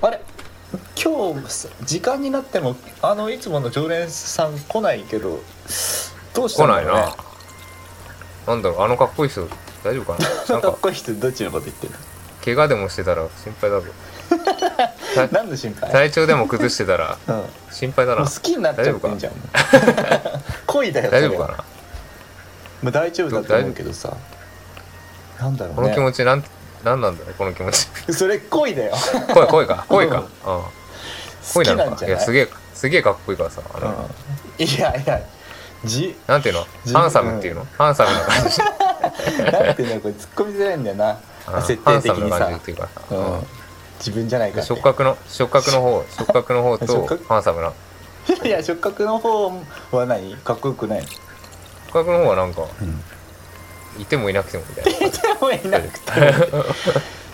あれ今日時間になってもあのいつもの常連さん来ないけどどうした来んだないろうねな。なんだろう、あのかっこいい人、大丈夫 かななんかっか、こいい人どっちのこと言ってる怪我でもしてたら心配だぞ。た何の心配、体調でも崩してたらうん、も心配だうな。好きになっちゃってんじゃん恋だよ大丈夫なかまあ、大丈夫だと思うけどさなんだろなうこねの気持ち、なん、なんなんだろう、この気持ち。 それ恋だよ声、声 か、声か。ううんん。好声きななのんじゃか。いないや、すげえ、すげえかっこいいからさ。あうの、ん、いやいやじなんていうの自分ハンサムっていうのハンサムな感じ。なんていうんだろうこれ突っ込みづらいんだよなうん 設ハ定ン的サムにな感じさっ、ていうかさ。ううんん、自分じゃないから、触覚の触覚の方触覚の方触と覚ハンサムな いや触覚の方は何かっこよくない、触覚の方はなんかうん、いてもいなくてもみたいなもいなくて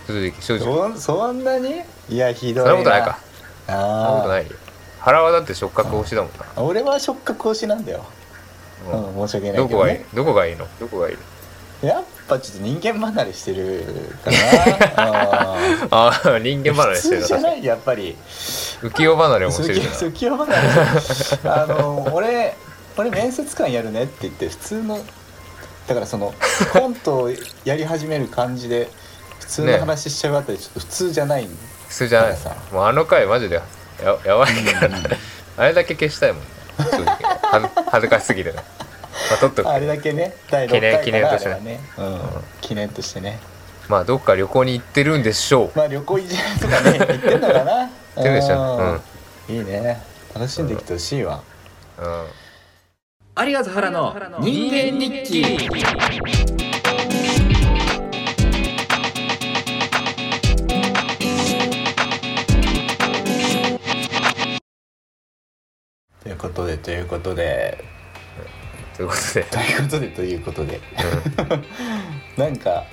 正直正直そんなそそんなにいやひどいなことないかそんなことあないよ腹はだって触覚推しだもんあ俺は触覚推しなんだよ、うな、うんん、申し訳ないどけこど、がいいね、どこがいいのどこがいいのやっぱちょっと人間離れしてるかなあーああ 人間離れしてる普通じゃな確かなにいやっぱり浮世離れもしてるな浮世離れあの俺俺面接官やるねって言って普通のだからそ のコントをやり始める感じで普通のね話しちゃうあたりちょっと普通じゃないん普通じゃないだからさもうあの回マジでややばいからあれだけ消したいもんね正直はず恥ずかしすぎてねまあ撮っとくあけれどだけね第6記念回記か念なあれとしてねはね、うん、記念としてねまあどっか旅行に行ってるんでしょうまあ旅行行きとかね行ってんのかな行行ってるでしょうんいいね楽しんできてほしいわ、うんありがとう原の人間日記ということでということでということでということでということで なんか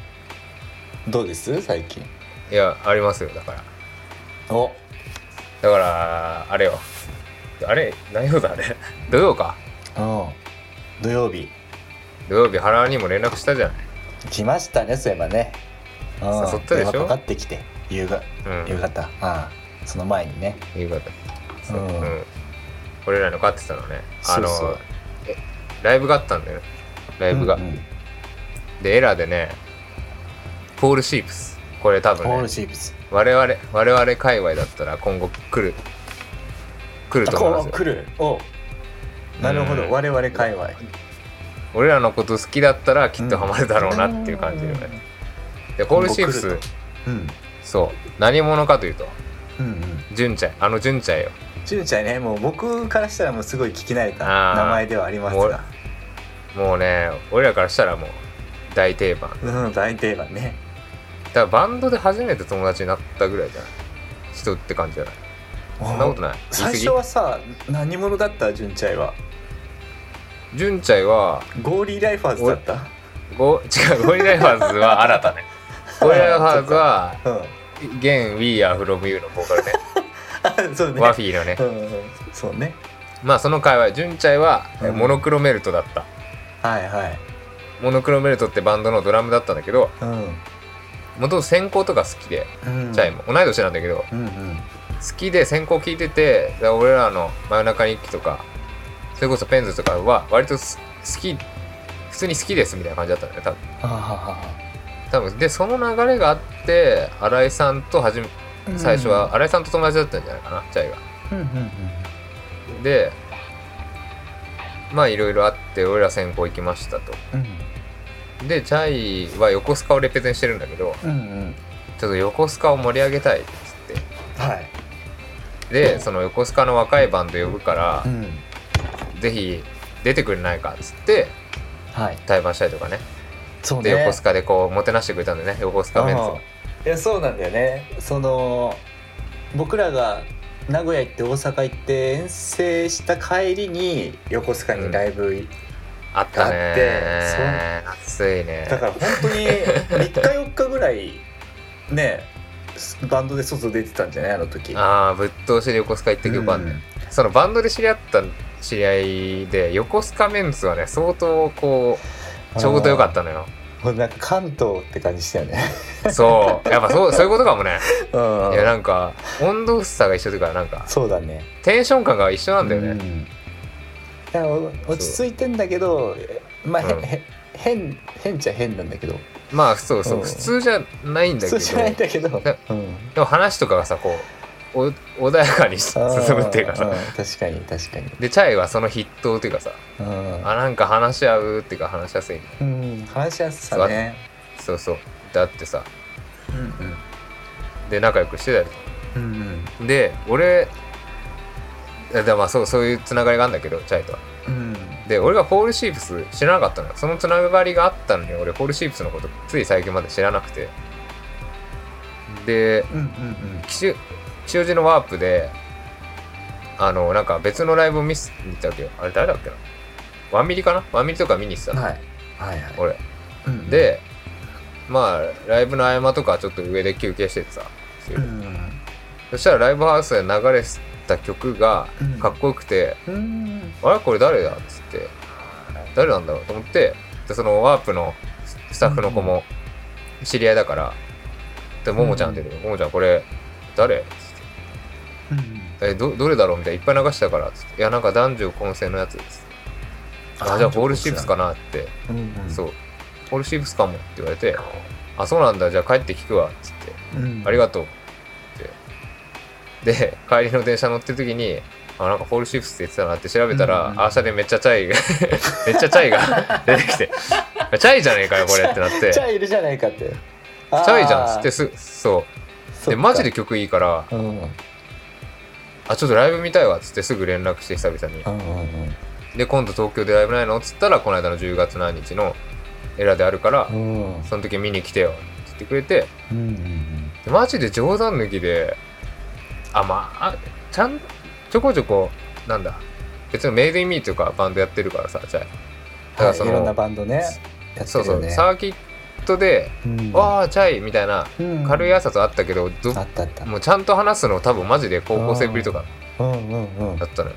どうです最近いやありますよだからおだからあれよあれ何曜だあれ 土曜かうん土曜日土曜日原にも連絡したじゃん来ましたねそういえばねうん誘ったでしょ電話かかってきて夕がうん夕方、ああその前にね夕方そうううんん俺らの勝ってたのねあのそうそうえライブがあったんだよねライブが、うんうんでエラーでねポール・シープスこれ多分オーねルシープス我々我々界隈だったら今後来る来ると思いまあこうすよ来るおなるほど、うん我々界隈俺らのこと好きだったらきっとハマるだろうなっていう感じで、ねでポール・シー今プ後ス来るうんそう何者かというとうんうん純ちゃんあの純ちゃんよ純ちゃんねもう僕からしたらもうすごい聞き慣れたあー名前ではありますもがうもうね俺らからしたらもう大定番うん大定番ねだからバンドで初めて友達になったぐらいじゃない人って感じじゃないそんなこといない言い最過ぎ初はさ何者だった純ちゃんは純ちゃんはゴーリーライファーズだったゴ 違うゴリライファーズは新たね ゴリライファーズはうん現 We Are From You のボーカルねあ そうねワフィーのねうんうんうんそうねまあその会話純ちゃんはうんモノクロメルトだった、はいはいモノクロメルトってバンドのドラムだったんだけどうもともと先行とか好きでんうんチャイも同い年なんだけどうんうん好きで先行聞いててだから俺らの「真夜中日記」とかそれこそ「ペンズ」とかは割とす好き普通に好きですみたいな感じだったんだよねはあはあは多分多分でその流れがあって新井さんとはじめあ最初は新井さんと友達だったんじゃないかなチャイがうんうんうんでまあいろいろあって俺ら先行行きましたとでチャイは横須賀をレペゼンしてるんだけどうんうんうんちょっと横須賀を盛り上げたいっつってはいでその横須賀の若いバンド呼ぶから、うんぜひ出てくれないかっつってはい対バンしたりとかねそうでね横須賀でこうもてなしてくれたんでね横須賀メンツをうんいやそうなんだよねその僕らが名古屋行って大阪行って遠征した帰りに横須賀にライブ、あったあっねて暑いねだから本当に3日4日ぐらいねバンドで外出てたんじゃないあの時ああぶっ通しで横須賀行ってくるバンド、うんそのバンドで知り合った知り合いで横須賀メンツはね相当こうちょうどよかったのよあーもうなんか関東って感じしたよねそうやっぱ そうそういうことかもねうんいやなんか温度差が一緒というかなんか そうだねテンション感が一緒なんだよね、うんいやお落ち着いてんだけどまあ、へうんへ変変っちゃ変なんだけどまあそうそううん普通じゃないんだけそどうじゃないんだけど、だうんでも話とかがさこうお穏やかにし進むっていうかんさ確かに確かにでチャイはその筆頭というかさうん、あなんか話し合うっていうか話しやすいねうん、話しやすさねそうそうだってさうんで仲良くしてたようんうんで俺だからまあそうそういうつながりがあるんだけどチャイとはうんで俺がホールシープス知らなかったのよそのつながりがあったのに俺ホールシープスのことつい最近まで知らなくてでうんうん吉祥寺のワープであのなんか別のライブを見せに行ったわけよあれ誰だっけなワンミリかなワンミリとか見に行ってたうんの、はいはいはい俺うんうんでまあライブの合間とかちょっと上で休憩しててさ、うんそしたらライブハウスで流れた曲がうんかっこよくて、うんあれこれ誰だっつって誰なんだろうと思ってでそのワープのスタッフの子も知り合いだから、でももちゃんって言うけどももちゃんこれ誰?」っつうんって「えどどれだろう?」みたいないっぱい流したからっつって「いやなんか男女混成のやつ」っつって「あじゃあホールシープスかな」ってうん「うんそうホールシープスかも」って言われて「あそうなんだじゃあ帰って聞くわ」っつってうんありがとうって。で、帰りの電車乗ってる時に、あ、なんかホールシープスって言ってたなって調べたら、うんうんアーシャでめっちゃチャイ が、めっちゃチャイが 出てきて、チャイじゃねえかよ、これってなって、チチャャイいるじゃないかってチイじゃんっつってす、そう。で、マジで曲いいから、うんうんうんあ、ちょっとライブ見たいわっつってすぐ連絡して久々に。で、今度東京でライブないのっつったら、この間の10月何日のエラであるからう、んうんその時見に来てよって言ってくれて、うんうんマジで冗談抜きで、あ、まあ、あちゃん、ちょこちょこ、なんだ、別にメイドインミーというかバンドやってるからさ、じゃあ。だからはいいそのろんなバンドねやってそうるそよう、ねサーキットで、うんわあ、チャイみたいな、うん軽い挨拶あったけど、どあったあったもうちゃんと話すの多分マジで高校生ぶりとかうんうんうんだったのよ。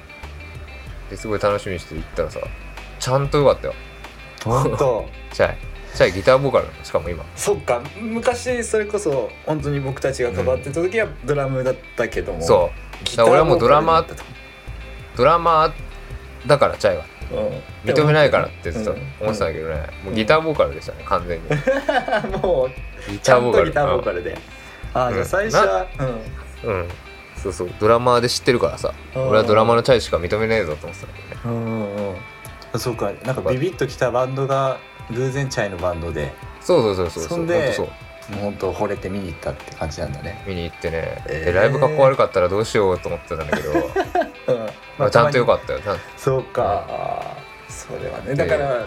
ですごい楽しみにして行ったらさ、ちゃんとよかったよ、本当チャイ。チャイギターボーカルなのしかも今。 そっか昔それこそ本当に僕たちが関わってた時はドラムだったけどもそうギだから俺はもうドラボーマカルだっう、ドラマーだから、チャイは。たとうん認めないからってずっと思ってたうんけどね、もうギターボーカルでしたね、完全に。 もうギちゃんとギターボーカルでああうんじゃあ最初はうんうんうんそうそうドラマーで知ってるからさうん俺はドラマーのチャイしか認めねえぞと思ってたんだけどねうんうんうんそうかなんかビビッときたバンドが偶然チャイのバンドでそうそうそうそうそそうんほんでとそうもう本当惚れて見に行ったって感じなんだね見に行ってね、えーでライブかっこ悪かったらどうしようと思ってたんだ けど、うんまあ、ちゃんとよっかったよちゃんたそうかそれはねだから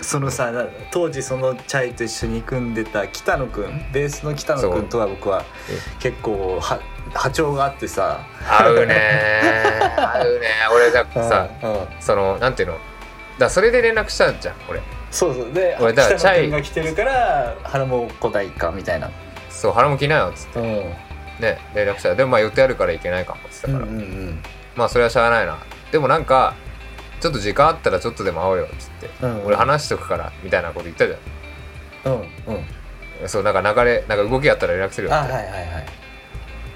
そのさ当時そのチャイと一緒に組んでた北野くんベースの北野くんとは僕は結構は波長があってさ合うね ー合うねー俺だってさうんうんそのなんていうのだからそれで連絡したんじゃん俺そうそうで俺だから北野くチャイんが来てるから原も答えかみたいなそう腹も着ないよっつっうんうんてね連絡したらでもまあ予定あるから行けないかもっつってうたんかうら、んまあそれはしゃあないなでもなんかちょっと時間あったらちょっとでも会おうよっつって、うん俺話しとくからみたいなこと言ったじゃんうんうんそうなんか流れなんか動きあったら連絡するよあはいはいはい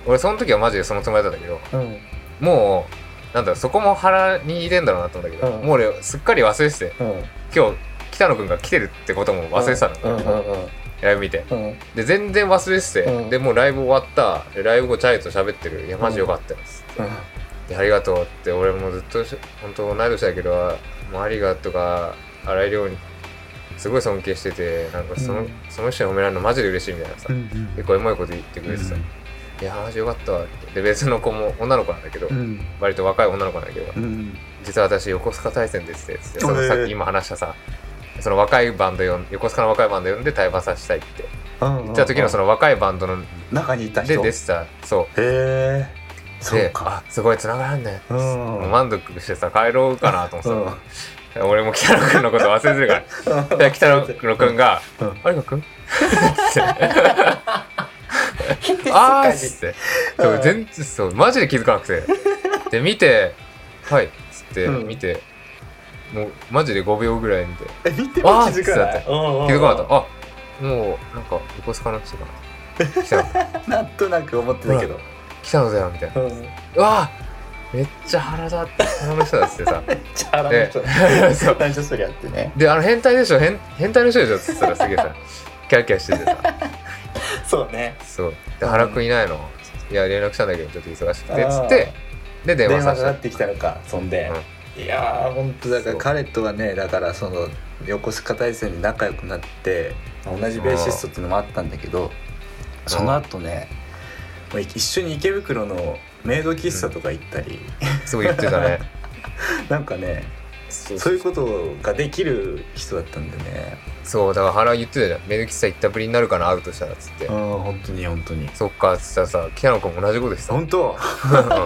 俺その時はマジでそのつもりだったんだけどうんもうなんだろうそこも腹に入れんだろうなと思うんだけど、うんもう俺すっかり忘れてうてん今日北野君が来てるってことも忘れてたうんの、うんうんライブ見てうんで全然忘れてて、うんでもうライブ終わったでライブ後チャイと喋ってる「いやマジよかったです」でありがとう」って俺もずっとし本当同い年だけどもうありがとか荒井亮にすごい尊敬しててなんかその,、うんその人に褒められるのマジで嬉しいみたいなさ、うんうん結構エモいこと言ってくれてさ、うんいやマジよかったわってで別の子も女の子なんだけど、うん割と若い女の子なんだけど、うん実は私横須賀大戦ですってつってそのへえさっき今話したさその若いバンドよん横須賀の若いバンド呼んで対話させたいって行言った時のそのの若いバンドの中にいたで人出てたそへえうそうでかあすごい繋がらんねうんもう満足してさ帰ろうかなとう思んってさ、俺も北野君のこと忘れてるからで北野君がう「有 賀君?」 んあーっそつっってそううん全然そうマジで気づかな くてで見て「はい」っつってうん見てもうマジで5秒ぐらい見てえ見ても気づかなあーっつっい気気づかなかったあもうなんか横須賀の人かな来た のなんとなく思ってたけど、来たのだよみたいなうん、めっうわめっちゃ腹だって腹の人だっつってさちゃ腹の人でそう男女そりゃってねであの変態でしょ変変態の人でしょっつったらすげえ さキャーキャーしててさそうねそうで原くんいないのいや連絡したんだけどちょっと忙しくてっあつーってで電電話話さかせかたってきたのかそんで、いやー本当だから彼とはねだからその横須賀大戦で仲良くなって同じベーシストっていうのもあったんだけどその後ねもう一緒に池袋のメイド喫茶とか行ったり、すごい言って たねなんかねそそういううことができる人だったんでねそうだから原言ってたじゃん「メイド喫茶行ったぶりになるかな会うとしたら」っつってうん本当に本当にそっかっつったらさ北野君も同じことでした本当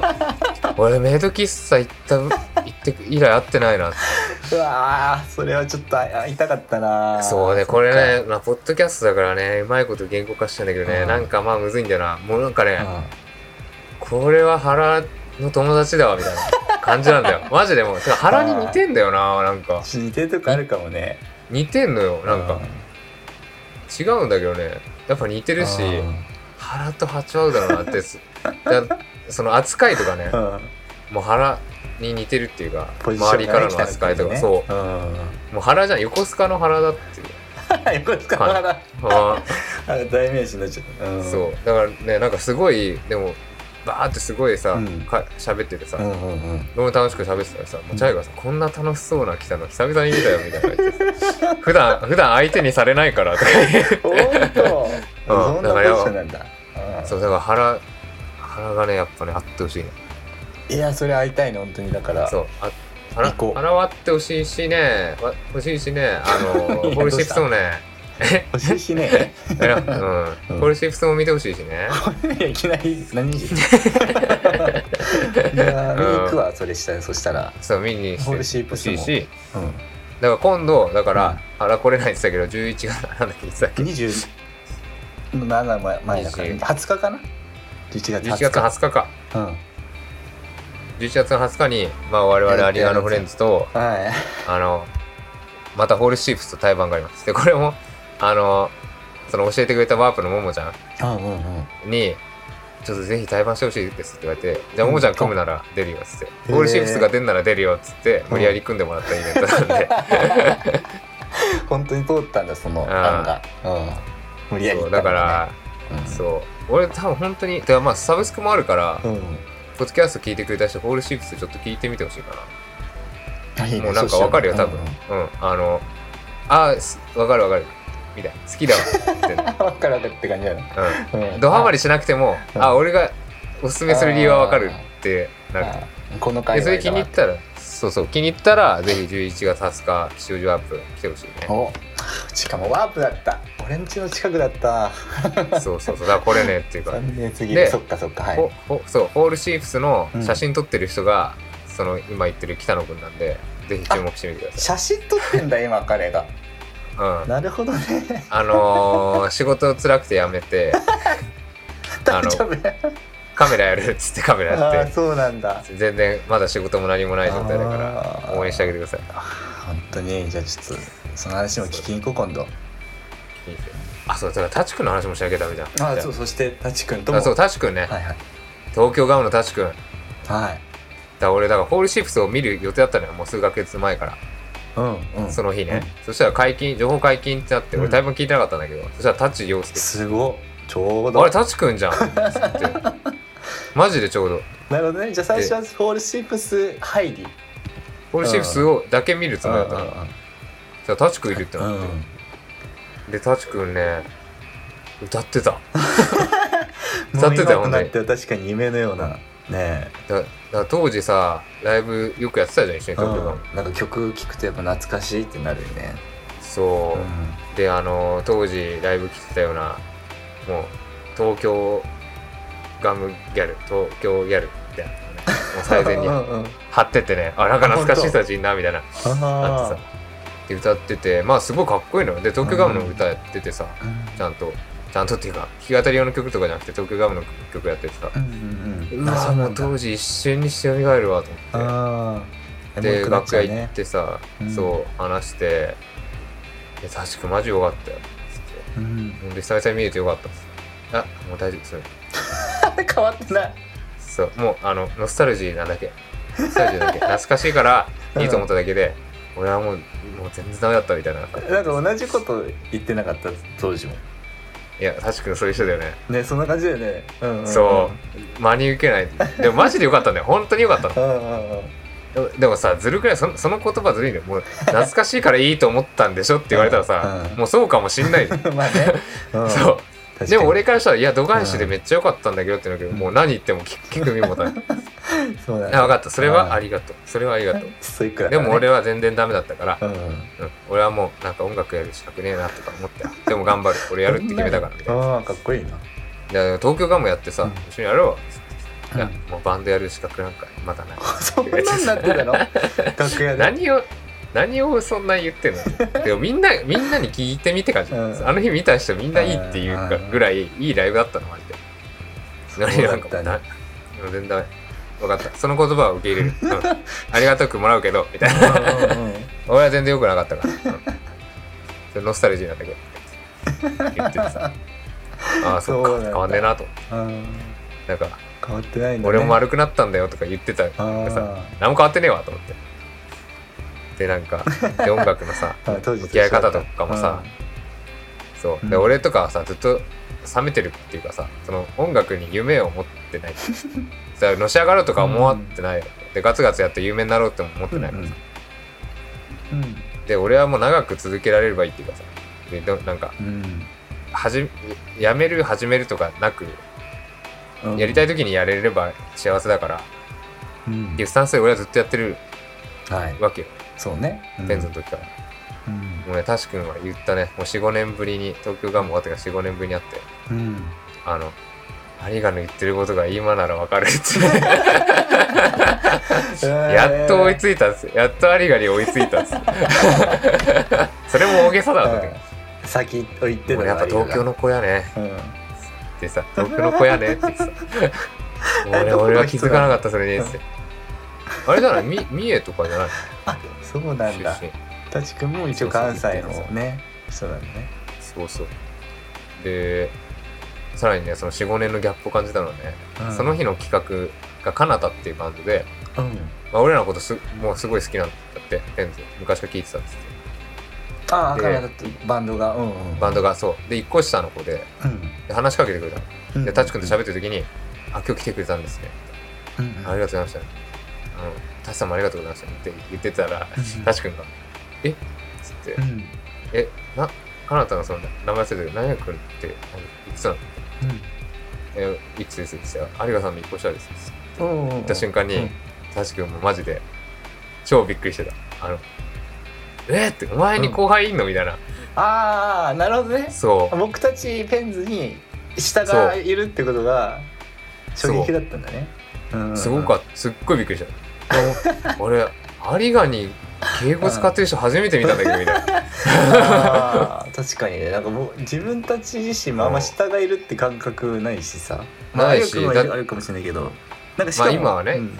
俺メイド喫茶行った行って以来会ってないなってうわーそれはちょっとあ痛かったなそうそね、っかこれね、まあ、ポッドキャストだからね、うまいこと言語化してんだけどね、うんなんかまあむずいんだよな。もうなんかね、うんこれは原の友達だわ、みたいな感じなんだよ。 マジでもう、てか原に似てんだよな、なんか。似てるとこあるかもね似てんのよ、なんか。違うんだけどね、やっぱ似ているし、原と八合うだろうなってす。 だその扱いとかね、もう原に似てるっていうか、ポジショ周ンりがかねらの扱いとか、そうん う。もう原じゃん、横須賀の原だっていう。横須賀原あーあ代名詞になっちゃった、うんそうだからねなんかすごいでもバーってすごいさ、うんか喋っててさ、うん うんうんどうも楽しく喋ってたらさ、もうチャイがさ、こんな楽しそうな来たの久々に見たよみたいな言って さ普段普段相手にされないからとか言っておーっとそんなポジションなんだうんそうだから腹腹がねやっぱねあってほしいねいやそれ会いたいの本当にだからそうあ腹行こう腹割ってほしいしねわ欲しいしねあいのやポルシフスも ね欲しいしねいやうん、うんポルシフスも見てほしいしねいやいきなり何 時いや見に行くわそれしたらそしたらそう見にしてポルシフほスしもいしうんだから今度だかうんら腹来れないって言ってたけど11月なんだっけいつだっけ27前前だから20 20日かな11月 11月の20 20日か日うん11月の20日に、まあ、我々アリアのフレンズとはいあのまたホールシープスと対バンがありますでこれもあのその教えてくれたワープのももちゃうんうんうんんに「ちょっとぜひ対バンしてほしいです」って言われて「じゃあももちゃん組むなら出るよ」っつって「へーホールシープスが出んなら出るよ」っつって無理やり組んでもらったイベント なんで本当に通ったんだその案がうん無理やりそ行うっただんねからうんそう俺多分本当にてかまあサブスクもあるからうんポッドキャスト聞いてくれた人、ホールシープスちょっと聞いてみてほしいかあいいな。ねもうなんかわかるよ、そ多うし 分。ようん、あの、あーすわかるわかる。みたいな。好きだわ。っううんわかるわかるって感じだなて。うう んん。ドハマりしなくても、うんあ、俺がおすすめする理由はわかるってなる。あこので、回それ気に入ったら、そうそう、気に入ったら、ぜひ11月20日、気象上アップ来てほしいね。おしかもワープだった俺ん家の近くだったそうそうそう、だからこれねっていうか、 残念すぎるでそっかそっかはいほほそう、ホールシープスのうん写真撮ってる人が、その今言ってる北野くんなんで、ぜひ注目してみてくださ写真撮ってんだ今彼がい。うん。なるほど ねあのー、仕事辛くて辞めてあ大の丈夫カメラやるっつってカメラあやあってそうなんだ全然まだ仕事も何もない状態だかあーら応援してあげてください本当にじゃあちょっとその話も聞きに行こう今度あそうだからタチ君の話もしなきゃダメじゃんあそうそしてタチ君ともあそうタチ君ね、はいはい東京ガムのタチ君だかはいら俺だからホールシップスを見る予定だったのよもう数ヶ月前から、うんうんその日ね、うそしたら解禁情報解禁ってなってう俺んだいぶ聞いてなかったんだけど、そしたらタチ陽介すごっちょうどあれタチ君じゃんっつってマジでちょうどなるほどねじゃあ最初はホールシープス入りホールシップスをだけ見るつもりだったの、そしたらタチ君いるってなって、うんで、タチくんね、歌ってた。も歌うって今たよ、とほんなとっに。ては確かに夢のようなねだだから当時さ、ライブよくやってたじゃん、一緒にうん東京ドームなんか曲聴くとやっぱ懐かしいってなるよねそう、で、あの、当時ライブ来てたような、もう、東京ガムギャル、東京ギャルみたいなのね、もう最前にうんうん貼ってってね、あ、なんか懐かしい人たちいんな、みたいな、あってあさ。で、歌ってて、まあ、すごいかっこいいのよ。で、東京ガムの歌やっててさ、ーちゃんと、ちゃんとっていうか、弾き語り用の曲とかじゃなくて、東京ガムの曲やっててさ、うんうんうんうわそーもうなんだ当時一瞬にして蘇るわと思っああてで楽屋行ってさ、うんそう話して「いや確かマジよかったよ」っつっうてん、ほんで久々に見れてよかったですあもう大丈夫です変わってないそうもうあのノスタルジーなだけノスタルジー なだけ懐かしいからいいと思っただけで、俺はもうもう全然ダメだったみたいななんか同じこと言ってなかった当時もいや確かにそういう人だよね、ねそんな感じだよね、うんうんうん、そう真に受けないでもマジでよかったんだよ本当によかっ たのうんうんうんでもでもさずるくないそのその言葉ずるいんだよもう懐かしいからいいと思ったんでしょって言われたらさ、うんもうそうかもしんない、まあ ね、うん、そう確かにでも俺からしたら「いや度外視でめっちゃ良かったんだけど」ってなるけど、もう何言っても聞く聞く耳もたない そうだねあ分かったそれはありりがとうそれはありがとうストイックだかでらねも俺は全然ダメだったから、うんうん、俺はもうなんか音楽やる資格ねえなとか思ってでも頑張る俺やるって決めたからみたいなああかっこいいなで東京ガムやってさ、うん一緒にやろういやうんもうバンドやる資格なんかまだない そんなんになって たの楽屋で何を何をそんな言ってんのでもみんなみんなに聞いてみって感じ、うんあの日見た人みんないいっていうかうんぐらいいいライブだったのマジでそう何なだんっかもたうねな全然ダメ分かったその言葉は受け入れる、 うんありがたくもらうけどみたいなうんうんうん俺は全然良くなかったから、うんそれノスタルジーなんだけど言っててさああそっそかうなんだ変わんねえなと思ってあなんかー変わってないんだ、ね、俺も丸くなったんだよとか言ってたあなんかさー何も変わってねえわと思ってでなんかで音楽のさあ当時向き合い方とかもさ、そうでうん俺とかはさずっと冷めてるっていうかさその音楽に夢を持って ないだからのし上がろうとか思わってない、でガツガツやって有名になろうっても思ってうんなういからんさ、うんで俺はもう長く続けられればいいっていうかさでどなんかうんはじやめる始めるとかなくうんやりたい時にやれれば幸せだからうんっていうスタンスで俺はずっとやってるはいわけよそうね天津の時から、うんもうねタシ君は言ったねもう45年ぶりに東京ガム終わってから45年ぶりに会ってうんあの有賀の言ってることが今ならわかるってやっと追いつついたんですよやっと有賀に追いついたんです それも大げさだと思って先と言ってもうやっぱ東京の子やねうんってさ「東京の子やね」って 言ってさ俺俺は気づかなかったそれに」ってあれじゃないみ三重とかじゃないあそうなんだ出身舘君も一応関西のねそうだねそうそうでさらにねその45年のギャップを感じたのはね、うんその日の企画が「かなた」っていうバンドで、うんまあ、俺らのことすもうすごい好きなんだってペンズ昔から聴いてたんですってああでカナダとバンドがうんうんバンドがそうで1個下の子でうで話しかけてくれたのんでタチ君と喋ってる時に「あ今日来てくれたんですね」うんうんありがとうございました。あの、タシさんもありがとうございましたって言ってたらうん、タシ君が、えっつってう、んえ、な、かなたのその名前忘れてるけど、何や君って、あのいくつなのえ、いくつですって言ったら、有賀さんの一個下ですってうんうんうん言った瞬間うにん、タシ君もマジで、超びっくりしてた。あの、えって、お前に後輩いんのみたいな。ああなるほどねそう。僕たちペンズに下がいるってことが衝撃だったんだねうんすごかった。すっごいびっくりした。俺、有賀に敬語使ってる人初めて見たんだけど、みたいな。あー確かにねなんか僕自分たち自身もあんま下がいるって感覚ないしさ まあないし有力はだあるかもしれないけどなんかしかも、まあ今はねうん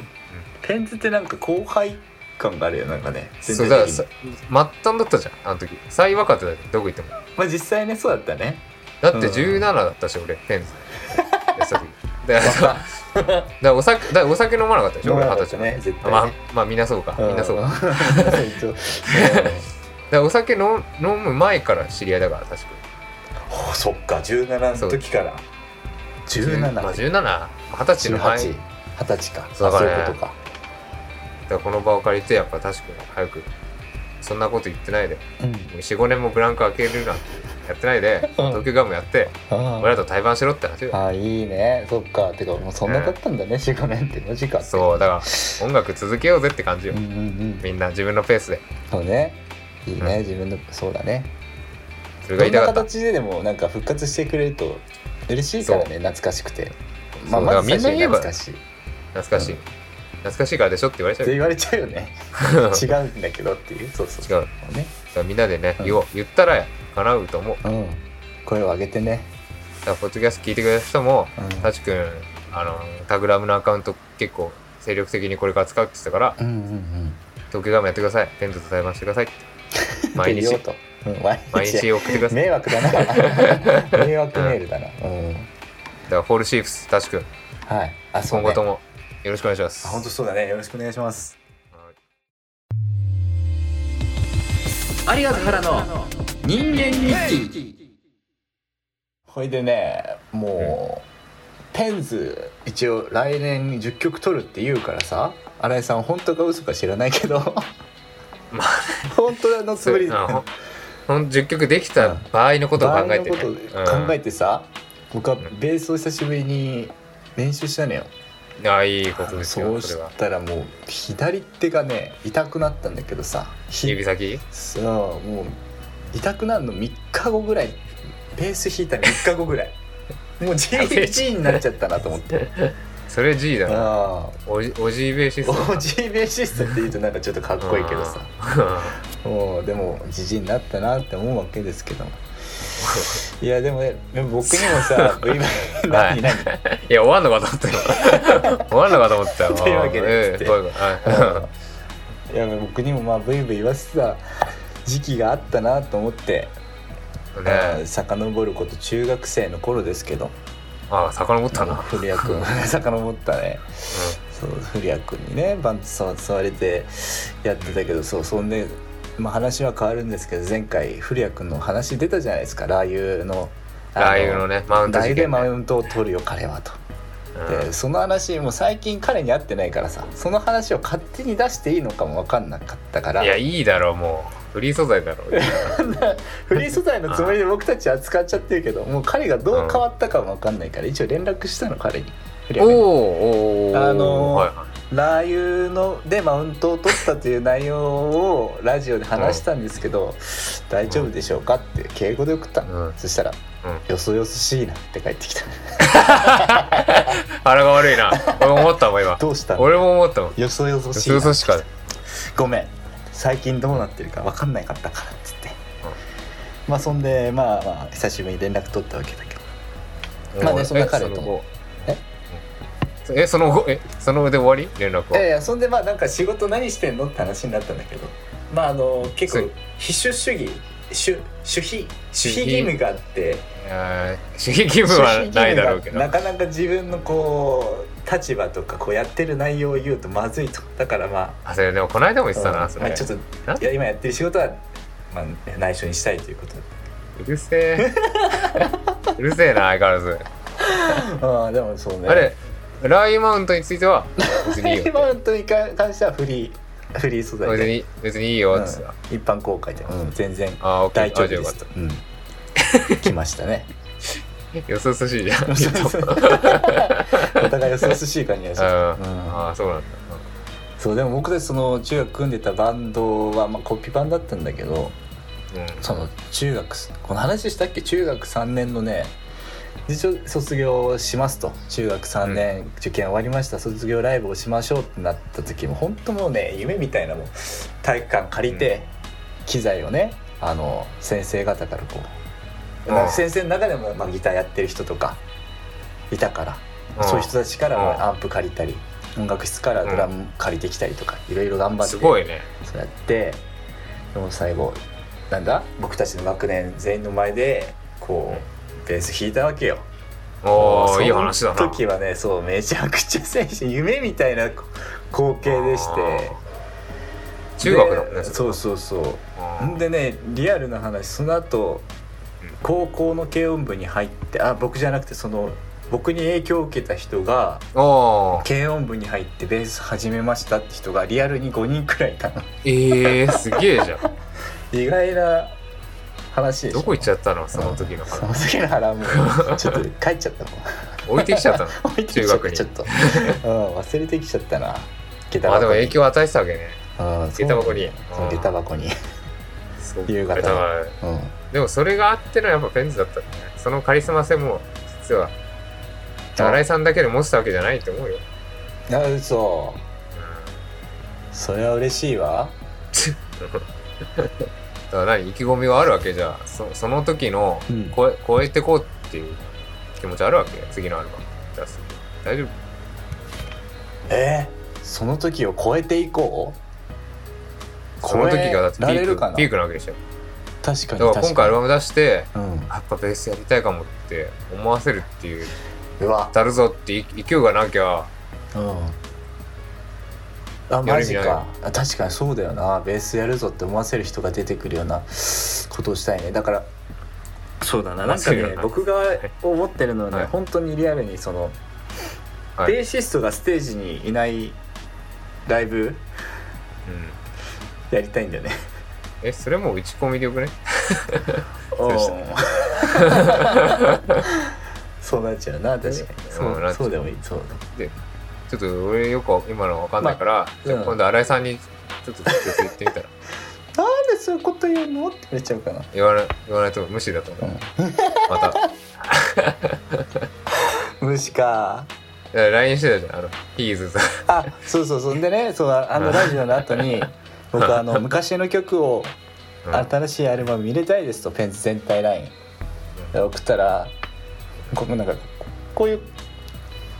ペンズってなんか後輩感があるよなんかね全そう然だからさ末端だったじゃんあの時最若手だったどこ行ってもまあ実際ねそうだったねだってうん17だったし、俺ペンズやってた時 だからだからお酒だからお酒飲まなかったでしょ飲ま俺な二かった十歳ね絶対ねまあまあみんなそうかみん な そうかだかうんらお酒飲む飲む前から知り合いだから確かおそっか17の時から17まあ、17まあ二十歳の前だ18か二十歳かそうそだかうらいねうことか、らこの場を借りてやっぱ確かに早くそんなこと言ってないでうん、 45年もブランク開けるなんてやってないでうん東京ガムやってあ俺らと対バンしろって話よああいいねそっかてかもうそんなだったんだね45年ってマジかそうだから音楽続けようぜって感じようんうんうんみんな自分のペースでそうねいいね、う自分のそうだねそれどがん言いなたかった形ででもなんか復活してくれると嬉しいからね懐かしくてまあそうだかまらず最みんな初にに言えば懐かしいって懐かしい、うん懐かしいからでしょって言われちゃうよ 言われちゃうよね違うんだけどっていうそうそう違うだかうねらみんなでね、うん言おう言ったら叶うと思うだうん声を上げてね、からポッドキャスト聞いてくれた人もうんタチ君あのタグラムのアカウント結構精力的にこれから使うって言ってたからうんうんうん 東京ガムやってくださいテントと対バンしてくださいって毎言日おうとうん毎毎日日送ってください迷惑だ な迷惑メールだな、うんだからフォールシーフスタシ君はいあそう今ね後ともよろしくお願いしますあ本当そうだねよろしくお願いしますありがとう原の人間日記ほいでねもう、ペンズ一応来年10曲取るって言うからさ新井さん本当か嘘か知らないけどま 本当のつぶりうんほんほん10曲できた場合のことを考えて、ね、場合のことうん考えてさ、僕はんベースを久しぶりに練習したのよ、ああいいことですそようそしれはたらもう左手がね痛くなったんだけどさひ指先そうもう痛くなるの3日後ぐらいベース弾いた3日後ぐらいもう GG になっちゃったなと思 ってそれ G だなああおじおじいべーシステム OG ベーシストって言うとなんかちょっとかっこいいけどさもうでもじじいになったなって思うわけです けどもいやでもねでも僕にも さ V バイは何い何 いや終わんのかと 思ったよ終わんのかと思ったよというわけでええこういうこと はいや僕にもまあブイブイ言わせてた時期があったなと思って、いさねえ遡ること中学生の頃ですけどああ遡ったな古谷君 遡ったねそう古谷君にねバンと座れてやってたけどそうそんで、まあ、話は変わるんですけど前回古谷君の話出たじゃないですかラー油のあラー油のねマウントラー事油で件ねマウントを取るよ彼はと。うんでその話もう最近彼に会ってないからさその話を勝手に出していいのかも分かんなかったからいやいいだろうもうフリー素材だろう フリー素材のつもりで僕たち扱っちゃってるけどもう彼がどう変わったかも分かんないから一応連絡したの彼に。フリおアーにおーおーあのーはいはラー油のでマウントを取ったという内容をラジオで話したんですけど「大丈夫でしょうか?」って敬語で送ったの、うんそしたらうん「よそよそしいな」って帰ってきたい腹が悪い な俺も思ったもん今「どうしたの俺も思ったもんよそよそしいな」嘘々しかごめん最近どうなってるか分かんないかったから」っつって、まあそんでまあ、まあ、久しぶりに連絡取ったわけだけどまあねそんな彼ともえその後えその後えその後で終わり連絡いやいはやそんでまあなんか仕事何してんのって話になったんだけどまああの結そ構う必修主義主主費主主費費義務があってえー主義義務はないだろうけどなかなか自分のこう立場とかこうやってる内容を言うとまずいとだからまあそれでもこの間も言あってたうなんそまあれちょっなといや今やってる仕事は、まあ、内緒にしたいということうるせえ うるせえな相変わらずでああでもそうねあれラインマウントについては別にいい よ今本当に関してはフリーフリー素材別で、に別にいいようんっつってた一般公開で、うん全然あー OK 大丈夫あじゃあでよかっすと、うん、来ました ねたよそよそし いじゃんきっとお互い予想すしい感じがしうんまああそうなんだそうでも僕たちその中学組んでたバンドは、まあ、コピー版だったんだけどうんその中学この話したっけ中学3年のね一応卒業しますと中学3年、受験終わりました卒業ライブをしましょうってなった時も本当もうね夢みたいなもう体育館借りて、機材をねあの先生方からこう、うんなんか先生の中でも、まあ、ギターやってる人とかいたからうんそういう人たちからうんはアンプ借りたり音楽室からドラム借りてきたりとかいろいろ頑張ってすごいねそうやってでも最後なんだ僕たちの学年全員の前でこうベース弾いたわけよおもうおいい話だそのな時はねそうめちゃくちゃ選手夢みたいな光景でして中学だもんでねそううそうそうんんでねリアルな話その後うん高校の軽音部に入ってあ僕じゃなくてその僕に影響を受けた人がおー軽音部に入ってベース始めましたって人がリアルに5人くらいいたのえー、すげえじゃん意外な話でしょどこ行っちゃったのその時のその時の腹もうちょっと帰っちゃったもん置いてきち ゃったの置いてきちゃった中学にちょっと、うん、忘れてきちゃったな下駄まあでも影に響を与えてたわけねうん下駄箱そにう下駄箱に、そう夕方だからうん、でもそれがあってのやっぱペンズだったんだねそのカリスマ性も実は新井さんだけで持ってたわけじゃないと思うよ、あ嘘それは嬉しいわだから何意気込みはあるわけじゃあそその時のうん超え超えてこうっていう気持ちあるわけ次のアルバム出す大丈夫えー、その時を超えていこうその時がだってピ超えられーるクかなピークなわけでしょ確かだにから今回アルバム出して回うんやっぱベースやりたいかもって思わせるっていううわ足るぞってい勢いがなきゃうんあやマる意味ジないかあ確かにそうだよなベースやるぞって思わせる人が出てくるようなことをしたいねだからそうだななんか思わせるよねうな僕が思ってるのはね、はい本当にリアルにその、はいベーシストがステージにいないライブうんやりたいんだよねえそれもう打ち込みでよくねお うでしー そうなっちゃうな確かにそうんなっうそちゃううでもいいそうだちょっと俺よく今のわかんないから、じゃあうん今度新井さんにちょっと直接言ってみ たらなんでそういうこと言うのって言われちゃうかな言わない言わないと無視だと思う、うんまた無視かいや LINE してたじゃんあのヒー ズさんあそうそうそんでねそうああのラジオの後 に僕あの昔の曲をうん新しいアルバム入れたいですとペンズ全体ラインで送ったらこうなんかこういう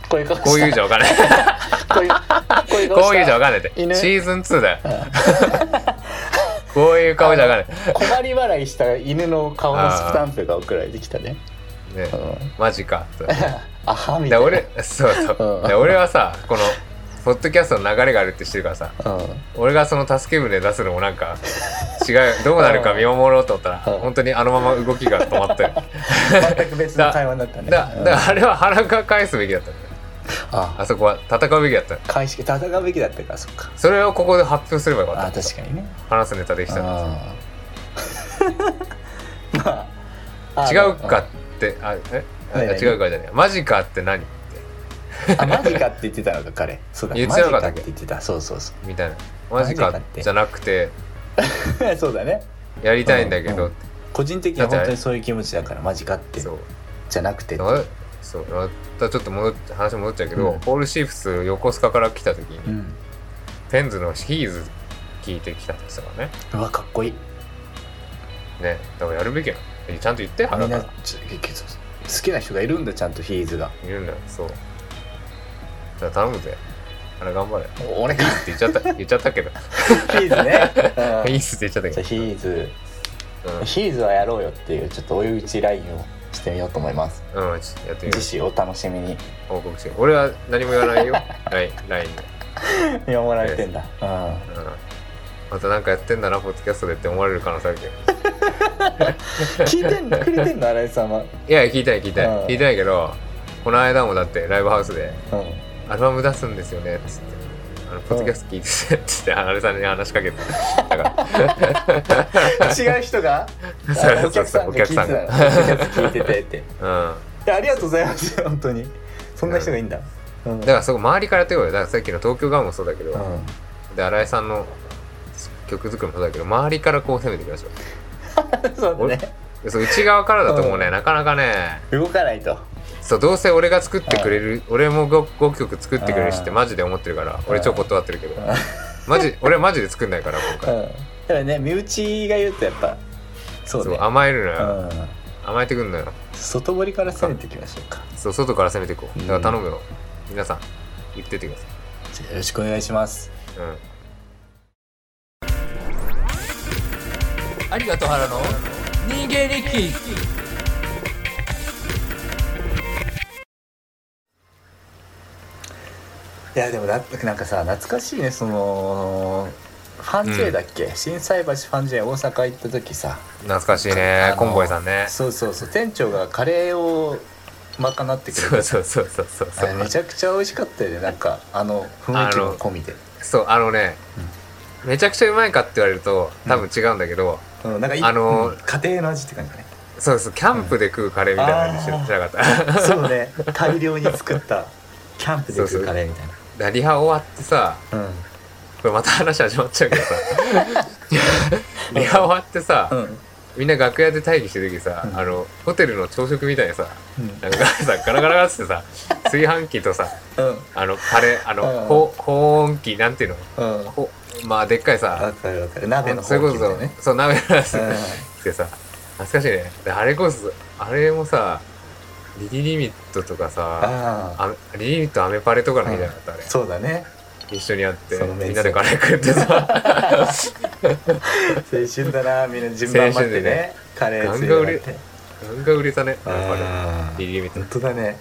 こういう顔したこういうじゃわかんない こういうこういうこ顔ういしうじゃわたかんないって犬シーズン2だよ こういう顔じゃわかんな困り笑いした犬の顔のスタンプが送られてきたねいねうん マジかとあはみでたいな俺そうそう、うんで俺はさこのポッドキャストの流れがあるって知ってるからさうん俺がその助け舟出すのもなんか違うどうなるか見守ろうと思ったらうん本当にあのまま動きが止まったよ全く別の会話になったねだうんだあれは腹が返すべきだったんだよああそこは戦うべきだった返し戦うべきだったからそっかそれをここで発表すればよかあった確かにね話すネタできたらあーまああ違 のうかってあえあ何々違うかじゃないマジかって何ってあマジかって言ってたのか彼そうだ言っマてジなかかったっっけて言ってたそうそうそみたいなママジジかかってじゃなくてう そうだねやりたいんだけどうっんて個人的には本当にそういう気持ちだからマジかってそうじゃなくてだからそうまたちょっと戻って話戻っちゃうけど、うんポール・シーフス横須賀から来た時に、うんペンズのヒーズ聞いてきたんですからねうわかっこいいねだからやるべきなのちゃんと言ってみ腹んかならちょけど好きな人がいるんだちゃんとヒーズ がいるんだよそうだから頼むぜあれ頑張れって俺か言っちゃった言っちゃった けどヒーズねうヒんーズって言っちゃったじゃあヒけど、ーズヒーズはやろうよっていうちょっと追い打ちラインをしてみようと思いますうん、うん、ちょっとやってみよ次週お楽しみ にう報告して俺は何も言わないよ LINE で、見守られてんだうんうん、またなんかやってんだなポッドキャストでって思われる可能性あるけど聞いてんのく れてんの新井さんはいや聞いたい聞いたい、うん聞いたいけどこの間もだってライブハウスでうんアルバム出すんですよね」っつって「あのポッドキャスト聞いてて」っつってあれさんに話しかけてだから違う人 がそうあお客さんが聞いてたのおお客さん客がさん聞いてて っていうんやありがとうございます本当にそんな人がいいんだうんだからそこ周りからやってこいよだからさっきの東京ガーもそうだけど、うんで新井さんの曲作りもそうだけど周りからこう攻めていきましょうそうだねでそう内側からだともうね、うんなかなかね動かないとそうどうせ俺が作ってくれる、俺も 5, 曲作ってくれるしってうんマジで思ってるから、俺超断ってるけど、んマジ俺マジで作んないから今う回、んだからね身内が言うとやっぱそうそうね甘えるのうよ、ん甘えてくんのよ外堀から攻めていきましょうかそう外から攻めていこうだから頼むよ、皆さん言ってってくださいじゃあよろしくお願いしますありがとう原の人間日記いやでもななんかさ懐かしいねそのファン J だっけ、心斎橋ファン J 大阪行った時さ懐かしいあねのコンボイさんねそうそうそう店長がカレーを賄ってくれそてうそうそうそうそうあれめちゃくちゃ美味しかったよねなんかあの雰囲気も込みで、そうあのね、めちゃくちゃうまいかって言われると多分違うんだけど、うん、なんかいあのうん家庭の味って感じだねそうそうキャンプで食うカレーみたいなのにし,、うんあーしなかった そうね大量に作ったキャンプでそう食そううカレーみたいだリハ終わってさなこれまた話始まっちゃうけどさリハ終わってさ、うんうんみんな楽屋で待機してる時さ、うんあのホテルの朝食みたいにさうんなんかさガラガラガラってさ炊飯器とさうんあのカレーあうのんこ高温機なんていうのうんこまあでっかいわさかるわかる鍋のそれこ方そ、ねそう鍋のやつうんってさ懐かしいねであれこそあれもさリリリミットとかさあああリリミットアメパレとかの日じゃなかったあれそうだね一緒にやってそのメンツみんなでカレー食って さ青春だなみんな順番待ってねカレーついてもらってなんか売れたねやっあぱりーリリーみた本いな当だね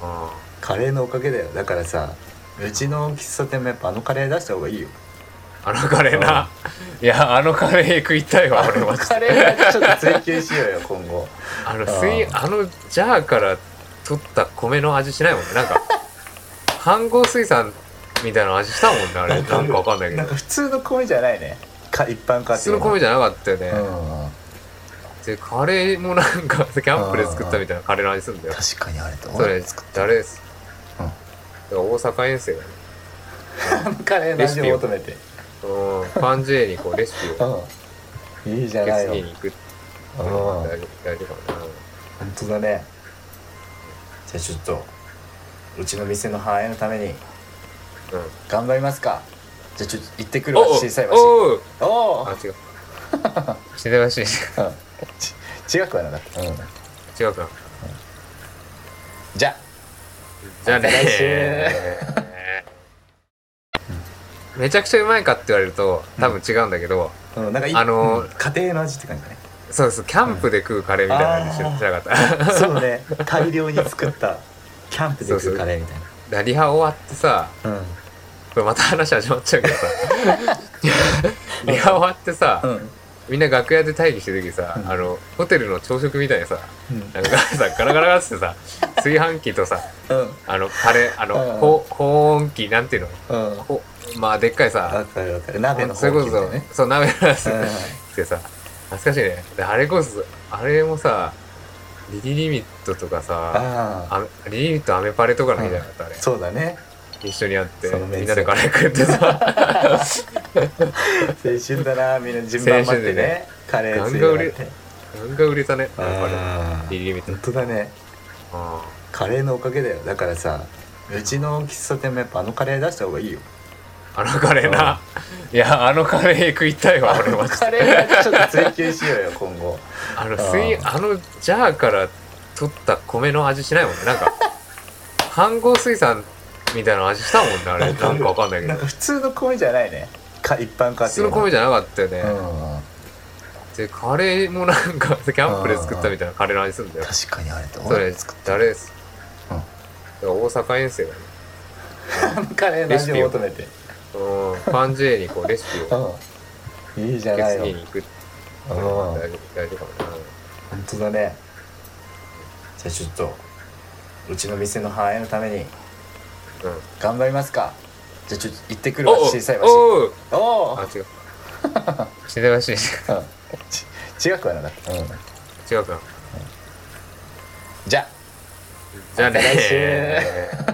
あカレーのおかげだよだからさうちの喫茶店もやっぱあのカレー出した方がいいよーあのカレーないやあのカレー食いたいわ俺はカレーちょっと追求しようよ今後あの水あのジャーから取った米の味しないもんね なんか半合水産みたいな味したもんねあれなんかわかんないけなどんか普通の米じゃないねか一般家庭普通の米じじゃなかったよね、うんでカレーもなんか キャンプで作ったみたいなカレーの味するんだよ確かにあれとそれ誰です、うんだから大阪遠征がねカレーの味を求めてうんパンジェにこうレシピをうんいいじゃ受けない継のぎ本に行くってう大ん丈夫大丈夫かな当だねじゃあちょっとうちの店の繁栄のためにうん頑張りますかじゃあちょっと行ってくるわお小さいお橋おうおおあー違う死んでましいうん ち違くはなかった、うん、違うかじゃあじゃあねまた来週めちゃくちゃうまいかって言われると多分違うんだけど、うん、なんかいいあのーうん家庭の味って感じだねそうですキャンプで食うカレーみたいな味しうんなかった そうね大量に作ったキャンプで食うカレーみたいなだリハ終わってさうんこれまた話始まっちゃうけどさリハ終わってさ、うんみんな楽屋で待機してる時さ、うんあのホテルの朝食みたいにさうんなんかさガラガラガラってさ炊飯器とさうんあのカレーあうんのほ保温器なんていうのうんほまあでっかいさわかるわかる鍋のそれこ方そ、ねそう鍋のやつうん来てさ懐かしいねであれこそあれもさリリリミットとかさあああリリリミットアメパレとかの日じゃなかったあれそうだね一緒にやってそのメンツみんなでカレー食ってさ青春だなみんな順番待ってねカレーついてもらっガてなんか売れたねやっあぱりリあリリミット本当だねあカレーのおかげだよだからさうちの喫茶店もやっぱあのカレー出した方がいいよあのカレーないやあのカレー食いたいわ俺 はカレーちょっと追求しようよ今後あの水あのジャーから取った米の味しないもんね なんか半合水産みたいな味したもんねあれなんかわかんないけなどんか普通の米じゃないねか一般家普通の庭米じゃなかったよね、うんでカレーもなん かキャンプで作ったみたいなカレーの味するんだよ確かにあれとそれ誰です、うんだから大阪遠征がねカレーの味を求めてうんパンジェにこうレシピをうんいいじゃ受けない継のぎ本に行くってうん大丈夫大丈夫かな当だねじゃあちょっとうちの店の繁栄のためにうん頑張りますかじゃあちょっと行ってくるわお小さいお橋おうおおあー違う死ん でましいうんち違くはなかった、うん、 違うかじゃあじゃあねまた来週